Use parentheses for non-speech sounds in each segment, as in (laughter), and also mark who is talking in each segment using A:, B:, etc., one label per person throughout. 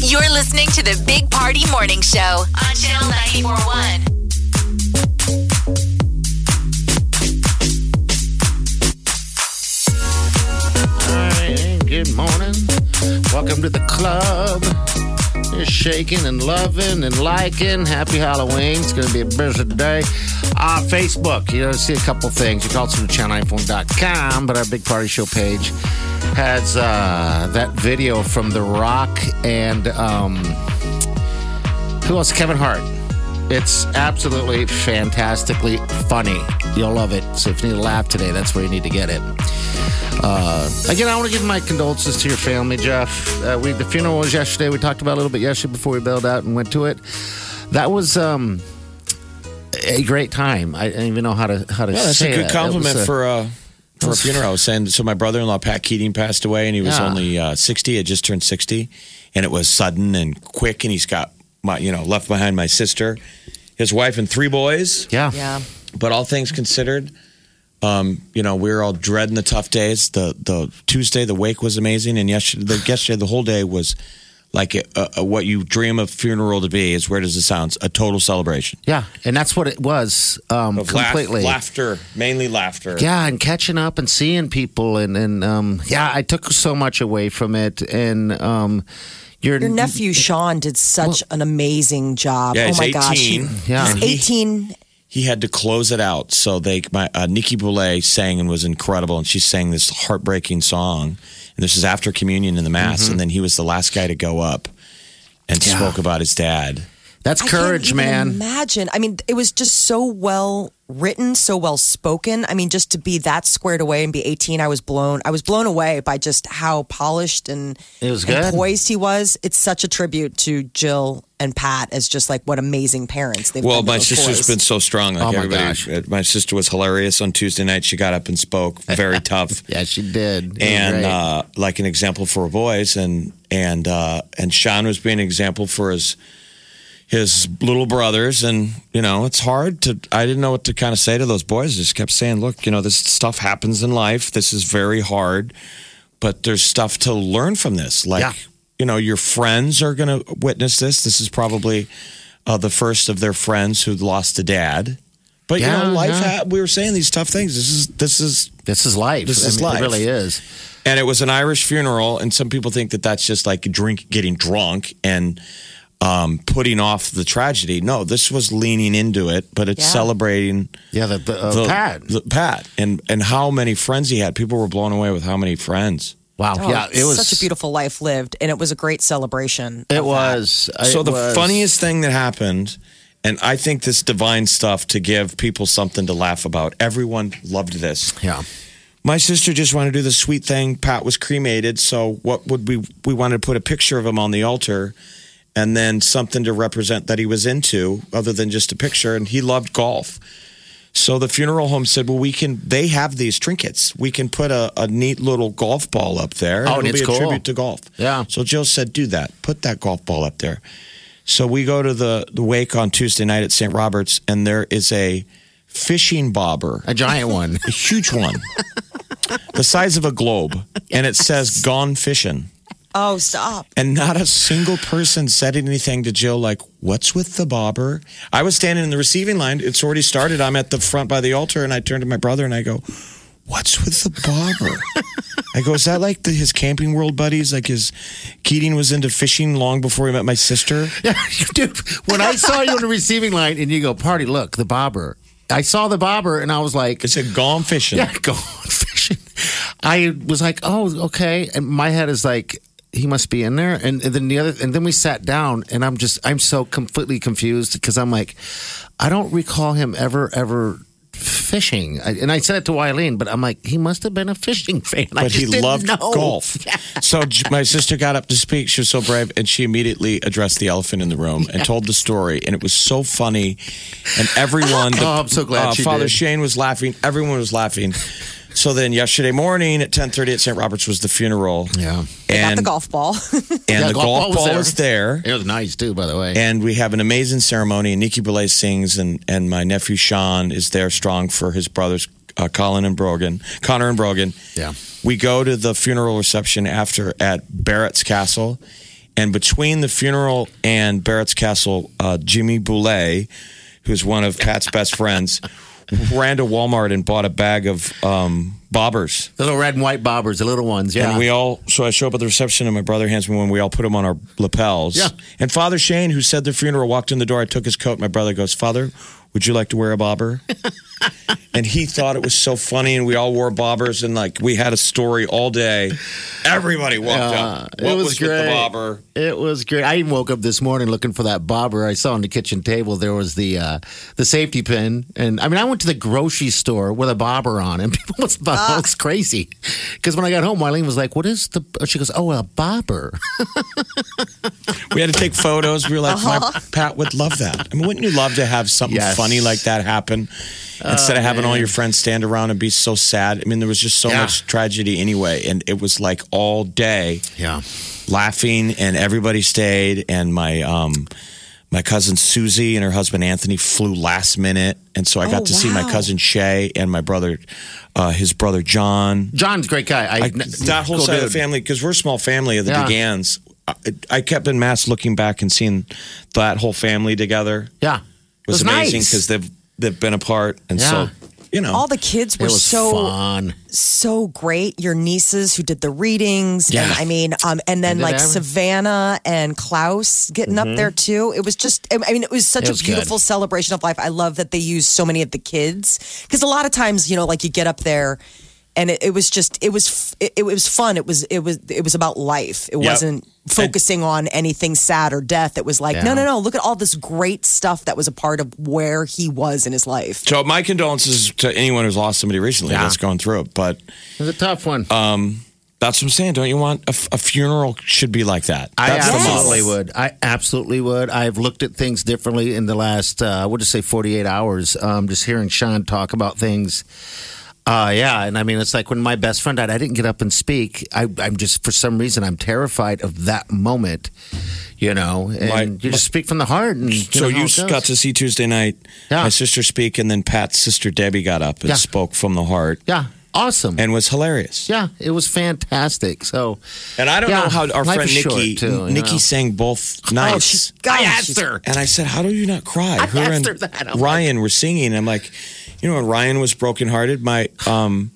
A: You're listening to the Big Party Morning Show on Channel 941.
B: All right, and good morning. Welcome to the club. You're shaking and loving and liking. Happy Halloween. It's going to be a busy day. Uh, Facebook, you're going to see a couple things. You can also go to channeliphone.com, but our Big Party Show page has uh, that video from The Rock and um, who else? Kevin Hart. It's absolutely fantastically funny. You'll love it. So if you need a laugh today, that's where you need to get it. Uh, again, I want to give my condolences to your family, Jeff. Uh, we the funeral was yesterday. We talked about it a little bit yesterday before we bailed out and went to it. That was um, a great time. I don't even know how to how to
C: Yeah, that's
B: say
C: a good
B: that. It
C: compliment
B: was a-
C: for uh, for a
B: was-
C: funeral. I was saying, so my brother-in-law Pat Keating passed away, and he was
B: Yeah.
C: only uh, sixty. I just turned sixty, and it was sudden and quick. And he's got my, you know, left behind my sister, his wife, and three boys.
B: yeah.
C: But all things considered, um, you know, we were all dreading the tough days. The the Tuesday, the wake was amazing, and yesterday, the, yesterday, the whole day was like uh uh what you dream of funeral to be. Is where does it sound? A total celebration.
B: Yeah, and that's what it was um,
C: Of laugh-
B: completely.
C: laughter, mainly laughter.
B: Yeah, and catching up and seeing people and and um, yeah, I took so much away from it. And um, your
D: Your nephew Sean did such an amazing job.
C: Yeah,
D: oh
C: he's
D: my gosh. he-
C: 18.
B: Yeah.
D: He's 18.
C: he had to close it out. So they, my uh, Nikki Boulay sang and was incredible, and she sang this heartbreaking song. And this is after communion in the mass, and then he was the last guy to go up and
B: Mm-hmm. Yeah.
C: spoke about his dad.
B: that's
D: I
B: courage,
D: can't even
B: man.
D: Imagine. I mean, it was just so well written, so well spoken. I mean, just to be that squared away and be 18, I was blown. I was blown away by just how polished and,
B: It was
D: and
B: good.
D: poised he was. It's such a tribute to Jill and Pat as just like what amazing parents they've
C: Well,
D: been. to
C: my
D: those
C: sister's
D: boys.
C: been so strong. Like
B: Oh, my
C: everybody,
B: gosh.
C: uh, my sister was hilarious on Tuesday night. She got up and spoke,
B: (laughs)
C: very tough.
B: Yeah, she did. It was
C: and
B: great.
C: uh, like an example for our boys, and and uh, and Sean was being an example for his his little brothers, and you know it's hard to. I didn't know what to kind of say to those boys. I just kept saying, look, you know, this stuff happens in life. This is very hard, but there's stuff to learn from this. Like
B: Yeah.
C: you know, your friends are going to witness this. This is probably uh, the first of their friends who lost a dad. But you
B: Yeah,
C: know, life.
B: yeah.
C: Ha- we were saying these tough things. This is this is
B: this is life.
C: This
B: I
C: is
B: mean,
C: life.
B: It really is.
C: and it was an Irish funeral, and some people think that that's just like drink, getting drunk, and um, putting off the tragedy. No, this was leaning into it, but it's
D: Yeah.
C: celebrating
B: Yeah, the, the, uh,
C: the
B: pad.
C: the Pat, and and how many friends he had. People were blown away with how many friends.
B: wow.
D: Oh,
B: yeah, it was
D: such a beautiful life lived, and it was a great celebration.
B: It
D: of that.
B: was.
C: so
B: it
C: the
B: was-
C: funniest thing that happened, and I think this divine stuff to give people something to laugh about. Everyone loved this.
B: Yeah.
C: My sister just wanted to do the sweet thing. Pat was cremated, so what would we we wanted to put a picture of him on the altar and then something to represent that he was into other than just a picture and he loved golf. So the funeral home said, "Well, we can they have these trinkets. We can put a, a neat little golf ball up there.
B: Oh, and
C: it'll
B: it's
C: be a
B: cool.
C: tribute to golf."
B: Yeah.
C: So Jill said, "Do that. Put that golf ball up there." So we go to the the wake on Tuesday night at St. Roberts and there is a fishing bobber
B: A giant one. (laughs)
C: a huge one, the size of a globe, and it says "Gone Fishing."
D: Oh, stop.
C: And not a single person said anything to Jill, like, What's with the bobber? I was standing in the receiving line. It's already started. I'm at the front by the altar, and I turn to my brother and I go, What's with the bobber? I go, Is that like the, his camping world buddies? Like his Keating was into fishing long before he met my sister?
B: Dude, when I saw you on the receiving line and you go, party, look, the bobber. I saw the bobber and I was like,
C: It's a Gone
B: (laughs)
C: Fishing.
B: yeah, go on fishing. I was like, oh, okay. And my head is like, he must be in there. And, and then the other, and then we sat down, and I'm just, I'm so completely confused because I'm like, I don't recall him ever, ever fishing. I, and I said it to Wileen, but I'm like, he must have been a fishing fan. (laughs) I
C: but
B: just
C: he
B: didn't
C: loved
B: know.
C: golf.
B: (laughs)
C: So j- my sister got up to speak. She was so brave, and she immediately addressed the elephant in the room and told the story, and it was so funny. And everyone,
B: (laughs)
C: the- uh,
B: Oh, I'm so glad she
C: Father
B: did.
C: Shane was laughing. Everyone was laughing. So then, yesterday morning at 10:30 at St. Robert's was the funeral.
B: Yeah.
D: Got
C: and
D: the golf ball. (laughs)
C: and
B: Yeah,
C: the golf, ball, was there.
B: It was nice too, by the way.
C: And we have an amazing ceremony. And Nikki Belay sings, and, and my nephew Sean is there strong for his brothers, uh, Colin and Brogan, Connor and Brogan.
B: Yeah.
C: We go to the funeral reception after at Barrett's Castle. And between the funeral and Barrett's Castle, uh, Jimmy Boulay, who's one of Pat's best friends, (laughs) ran to Walmart and bought a bag of um, bobbers.
B: The little red and white bobbers, the little ones. Yeah.
C: And we all, so I show up at the reception and my brother hands me one. We all put them on our lapels.
B: Yeah.
C: And Father Shane, who said the funeral, walked in the door. I took his coat. My brother goes, Father, would you like to wear
B: (laughs)
C: a bobber? and he thought it was so funny. And we all wore bobbers and like we had a story all day. Everybody walked up.
B: it
C: What
B: was
C: with the
B: great.
C: bobber?
B: It was great. I even woke up this morning looking for that bobber. I saw on the kitchen table there was the uh, the safety pin, and I mean I went to the grocery store with a bobber on, and (laughs) people must have thought I was crazy because when I got home, Marlene was like, "What is the?" She goes, "Oh, a
C: (laughs)
B: bobber."
C: We had to take photos. We were like,
D: Uh-huh.
C: my, Pat would love that. I mean, wouldn't you love to have something
B: Yes. Oh,
C: funny like that happen instead of having all your friends stand around and be so sad? I mean, there was just so
B: Yeah.
C: much tragedy anyway. And it was like all day
B: Yeah,
C: laughing and everybody stayed. And my, um, my cousin Susie and her husband Anthony flew last minute. And so I got
D: Oh,
C: to see my
D: wow.
C: cousin Shay and my brother, uh, his brother John.
B: John's a great guy. I,
C: I, that whole
B: cool
C: side of
B: dude.
C: the family, because we're a small family of the
B: Yeah.
C: Begans. I, I kept in mass looking back and seeing that whole family together
B: Yeah,
C: It was, amazing
B: nice.
C: because they've they've been apart and
B: Yeah.
C: so you know
D: All the kids
B: it
D: were
B: was
D: so
B: fun.
D: so great. Your nieces who did the readings, and
B: Yeah.
D: I mean, um, and then
B: They did
D: like
B: everything. Mm-hmm.
D: Savannah and Klaus getting up there too. It was just, I mean, it was such
B: It
D: a
B: was
D: beautiful celebration of life. I love that they use so many of the kids because a lot of times, you know, like you get up there. And it, it was just, it was, f- it, it was fun. It was, it was, it was about life. It
C: Yep.
D: wasn't focusing on anything sad or death. It was like, no, no, no. Look at all this great stuff that was a part of where he was in his life.
C: so my condolences to anyone who's lost somebody recently
B: Yeah.
C: that's going through it but
B: It was a tough one.
C: that's what I'm saying don't you want a, f- a funeral should be like that that's
B: I
C: the model
B: absolutely would. I absolutely would. I've looked at things differently in the last, uh, I would just say, 48 hours. Um, just hearing Sean talk about things. Uh, yeah, and I mean, it's like when my best friend died, I didn't get up and speak. I, I'm just, for some reason, I'm terrified of that moment, you know, and
C: My-
B: you just speak from the heart. And, you
C: so
B: know how
C: you
B: it goes.
C: got to see Tuesday night
B: Yeah.
C: my sister speak and then Pat's sister Debbie got up and
B: Yeah.
C: spoke from the heart
B: Yeah, awesome.
C: and was hilarious
B: yeah, it was fantastic. So,
C: and I don't
B: Yeah.
C: know how our
B: Life
C: friend
B: is short,
C: Nikki
B: too, you
C: Nikki
B: know. Oh,
C: sang both nights
B: I
D: gosh,
B: asked
D: she's-
B: her.
C: And I said, "How do you not cry?"
B: I
C: Her
B: asked
C: and
B: her that. I'm
C: Ryan were singing. I'm like, you know, when Ryan was brokenhearted, my um,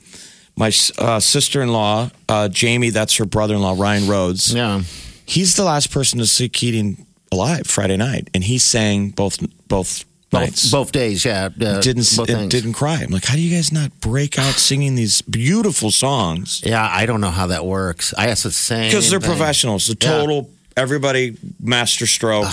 C: my uh, sister-in-law, uh, Jamie, that's her brother-in-law, Ryan Rhodes.
B: Yeah.
C: He's the last person to see Keating alive Friday night, and he sang both both nights.
B: Both, both days, yeah. Uh,
C: didn't
B: both
C: it
B: things.
C: didn't cry. I'm like, how do you guys not break out singing these beautiful songs?
B: Yeah, I don't know how that works. I asked the same
C: Because they're
B: thing.
C: professionals. The
B: Yeah.
C: total everybody masterstroke.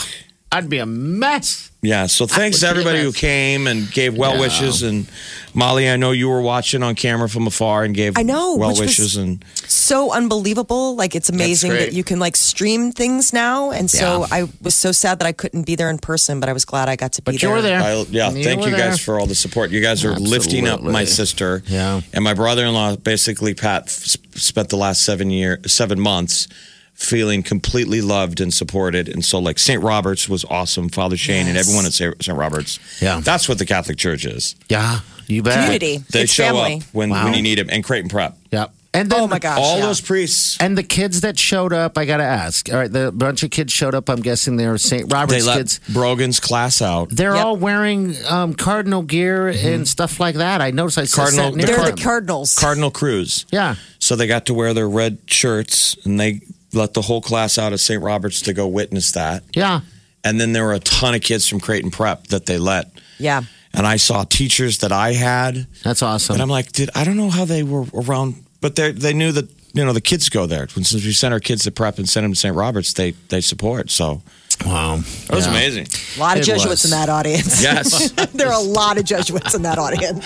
B: I'd be a mess.
C: Yeah, so thanks to
B: would be
C: everybody who
B: the best.
C: came and gave well
B: Yeah.
C: wishes. And Molly, I know you were watching on camera from afar and gave
D: I know,
C: well
D: which was-
C: wishes. and
D: so unbelievable. Like it's amazing
B: great.
D: that you can like stream things now. And so
B: Yeah.
D: I was so sad that I couldn't be there in person, but I was glad I got to be
B: But you were there.
C: I, yeah, thank
B: were
C: you guys
B: there.
C: for all the support. You guys are lifting up my
B: Absolutely.
C: sister.
B: Yeah.
C: and my brother-in-law basically Pat f- spent the last seven year seven months feeling completely loved and supported. And so like St. Robert's was awesome. Father Shane and
D: Yes.
C: everyone at St. St. Roberts.
B: Yeah.
C: that's what the Catholic Church is.
B: Yeah, you bet.
D: Community.
C: They
D: It's
C: show
D: family.
C: up when,
B: Wow.
C: when you need them and Creighton Prep.
B: Yep. And then
D: Oh my gosh.
C: all
D: yeah.
C: those priests.
B: And the kids that showed up, I got to ask. All right, the bunch of kids showed up. I'm guessing they're St.
C: They
B: Robert's
C: let
B: kids.
C: Brogan's class out.
B: They're
D: Yep.
B: all wearing um, cardinal gear and stuff like that. I noticed. I saw
C: Mm-hmm. Cardinal-
B: that near-
D: They're the
C: Cardinal.
D: Cardinals.
C: Cardinal Cruz.
B: yeah.
C: So they got to wear their red shirts and they let the whole class out of St. Robert's to go witness that.
B: Yeah.
C: And then there were a ton of kids from Creighton Prep that they let.
D: yeah.
C: And I saw teachers that I had.
B: That's awesome.
C: And I'm like, did I don't know how they were around, but they they knew that you know the kids go there. Since we send our kids to prep and send them to St. Roberts, they they support. So
B: Wow.
C: That was
B: Yeah.
C: amazing.
D: A lot of
B: It
D: Jesuits
B: was.
D: in that audience.
C: Yes.
D: (laughs) there are a lot of Jesuits in that audience.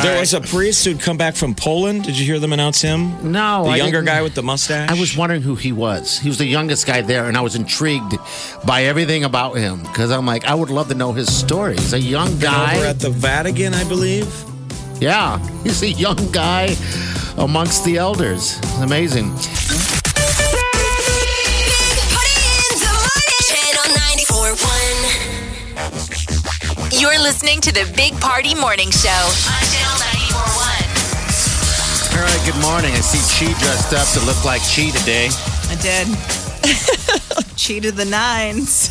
C: there was a priest who'd come back from Poland. Did you hear them announce him?
B: No,
C: The
B: Oh, I
C: younger
B: didn't-
C: guy with the mustache?
B: I was wondering who he was. He was the youngest guy there, and I was intrigued by everything about him because I'm like, I would love to know his story. He's a young guy.
C: over at the Vatican, I believe.
B: yeah, (laughs) he's a young guy amongst the elders. Amazing.
A: Big Party in the morning. Channel 94.1. You're listening to the Big Party Morning Show on Channel 94.1.
B: All right, good morning. I see Chi dressed up to look like Chi today.
E: I did. (laughs) Cheated the nines.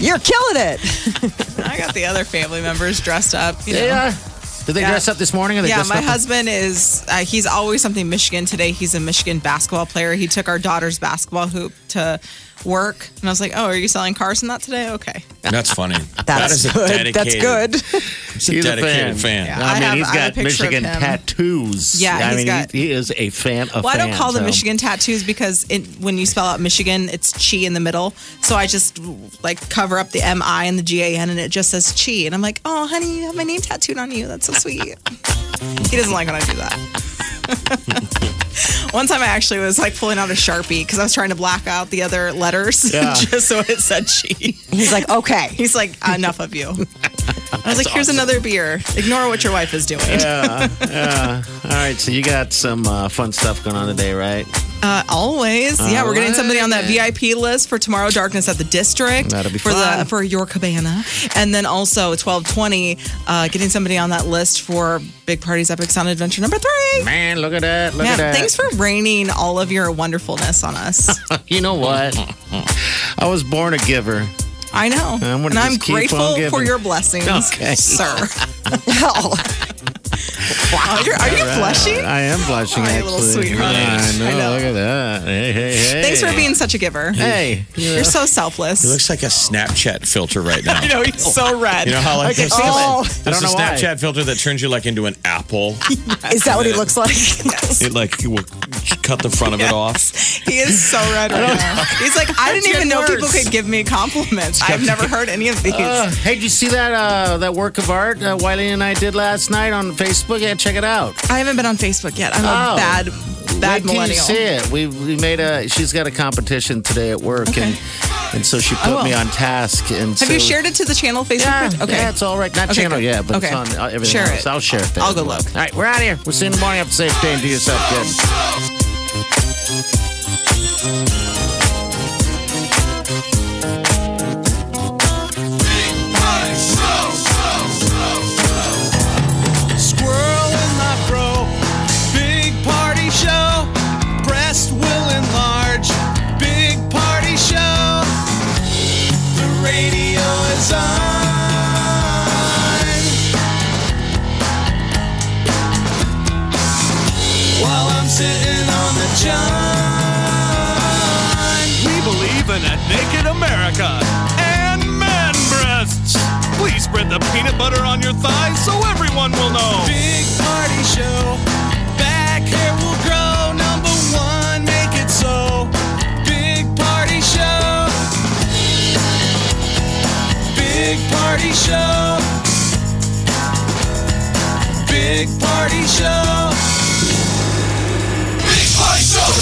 D: You're killing it.
E: I got the other family members dressed up. You know.
B: Yeah. Did they
E: Yeah.
B: dress up this morning? Or they
E: Yeah,
B: dressed
E: my
B: up
E: husband is, uh, he's always something Michigan. Today, he's a Michigan basketball player. He took our daughter's basketball hoop to work. And I was like, oh, are you selling cars in that today? Okay.
C: That's
B: (laughs)
C: funny. that
D: That's
C: is a
D: good.
C: dedicated.
D: That's good.
C: He's a dedicated fan.
E: Yeah.
B: I,
E: I
B: mean,
E: have-
B: he's
E: I have
B: got
E: a picture of
B: Michigan
E: him.
B: tattoos.
E: Yeah,
B: I
E: he's
B: mean,
E: got-
B: he, he is a fan of
E: Well, I don't
B: fans,
E: call them
B: so-
E: Michigan tattoos because it, when you spell out Michigan, it's chi in the middle. So I just like cover up the M I and the G A N, and it just says chi. And I'm like, oh, honey, you have my name tattooed on you. That's so sweet. he doesn't like when I do that. (laughs) One time I actually was like pulling out a sharpie because I was trying to black out the other letters (laughs)
B: Yeah.
E: just so it said chi.
D: He's like, okay.
E: He's like, enough of you. I was like, here's another beer. Ignore what your wife is doing.
B: All right, so you got some uh, fun stuff going on today, right?
E: Uh, always. yeah, we're getting somebody on that
B: Alright.
E: VIP list for tomorrow darkness at the district.
B: That'll be
E: for
B: fun.
E: The, for your cabana. And then also 1220, uh, getting somebody on that list for Big Party's Epic Sound Adventure number three.
B: Man, look at that! Look
E: Yeah,
B: at that!
E: thanks for raining all of your wonderfulness on
B: (laughs)
E: us.
B: You know what? I was born a giver.
E: I know.
B: I'm gonna
E: and I'm
B: just keep on
E: grateful for
B: giving.
E: your blessings,
B: Okay.
E: sir.
B: (laughs)
D: Oh,
E: Wow, you're, are you blushing?
B: I am blushing.
E: My
B: actually.
E: Oh, little sweetheart.
B: Yeah, I know,
E: I know.
B: Look at that. Hey, hey, hey.
E: Thanks for being such a giver.
B: Hey,
E: You're so selfless.
C: He
E: (laughs)
C: looks like a Snapchat filter
B: (laughs)
C: right now.
E: I know, he's so red.
C: You know how like
B: I can
C: there's,
B: feel
D: Oh.
B: it. I
C: there's
B: don't
C: a
B: know why.
C: Snapchat filter that turns you like into an
B: (laughs)
C: apple.
D: is that what he
C: (laughs)
D: looks like?
C: It like you will cut the front of it off.
E: He is so red right now. He's like, I didn't even know
B: getting
E: people
B: worse.
E: could give me compliments. I've never heard any of these.
B: Uh, hey, did you see that uh, that work of art uh, Wiley and I did last night on Facebook? Yeah, check it out.
E: I haven't been on Facebook yet. I'm
B: Oh.
E: a bad,
B: Wait
E: bad
B: till you
E: millennial.
B: see it. We we made a. She's got a competition today at work, and and so she put
E: will.
B: me on task. And
E: Oh. Have you shared it to the channel Facebook
B: Yeah,
E: page?
B: okay. yeah, it's all right. Not
E: Okay,
B: channel
E: good.
B: yet, but it's
E: Okay.
B: on uh, everything
E: Share
B: else.
E: it.
B: I'll share it. There.
E: I'll go look.
B: All right, we're out of here. We'll see you in the morning. Have a safe day and do yourself good.
F: Squirrel in my bro. Big party show. Breast will enlarge. Big party show. The radio is on. While I'm sitting on the john. We believe in a naked America and man breasts. Please spread the peanut butter on your thighs so everyone will know. Big party show. Back hair will grow. Number one, make it so. Big party show. Big party show. Big party show. Big party show.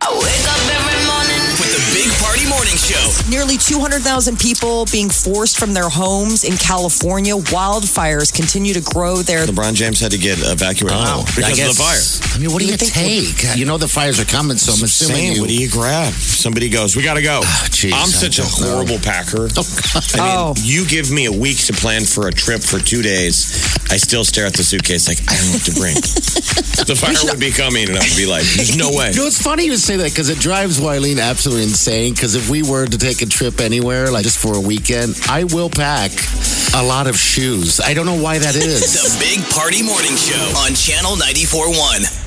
A: I wake up every morning.
G: With the Big Party Morning Show.
D: Nearly 200,000 people being forced from their homes in California. Wildfires continue to grow there.
C: LeBron James had to get evacuated
B: Oh,
C: because
B: I
C: of the fire.
B: guess- I mean, what do
D: You
B: you
D: think-
B: take? You know the fires are coming, so I'm assuming
C: Saying,
B: you.
C: what do
B: (laughs)
C: you grab? Somebody goes, we got to go.
B: jeez,
C: I'm
B: I
C: such a
B: don't know.
C: horrible packer. I mean,
D: Oh.
C: you give me a week to plan for a trip for two days. I still stare at the suitcase like, I don't know what to bring. the fire would be coming, and I would be like, there's no way.
B: You know, it's funny you say that because it drives Wileen absolutely insane. Because if we were to take a trip anywhere, like just for a weekend, I will pack a lot of shoes. I don't know why that is.
G: The Big Party Morning Show on Channel 94.1.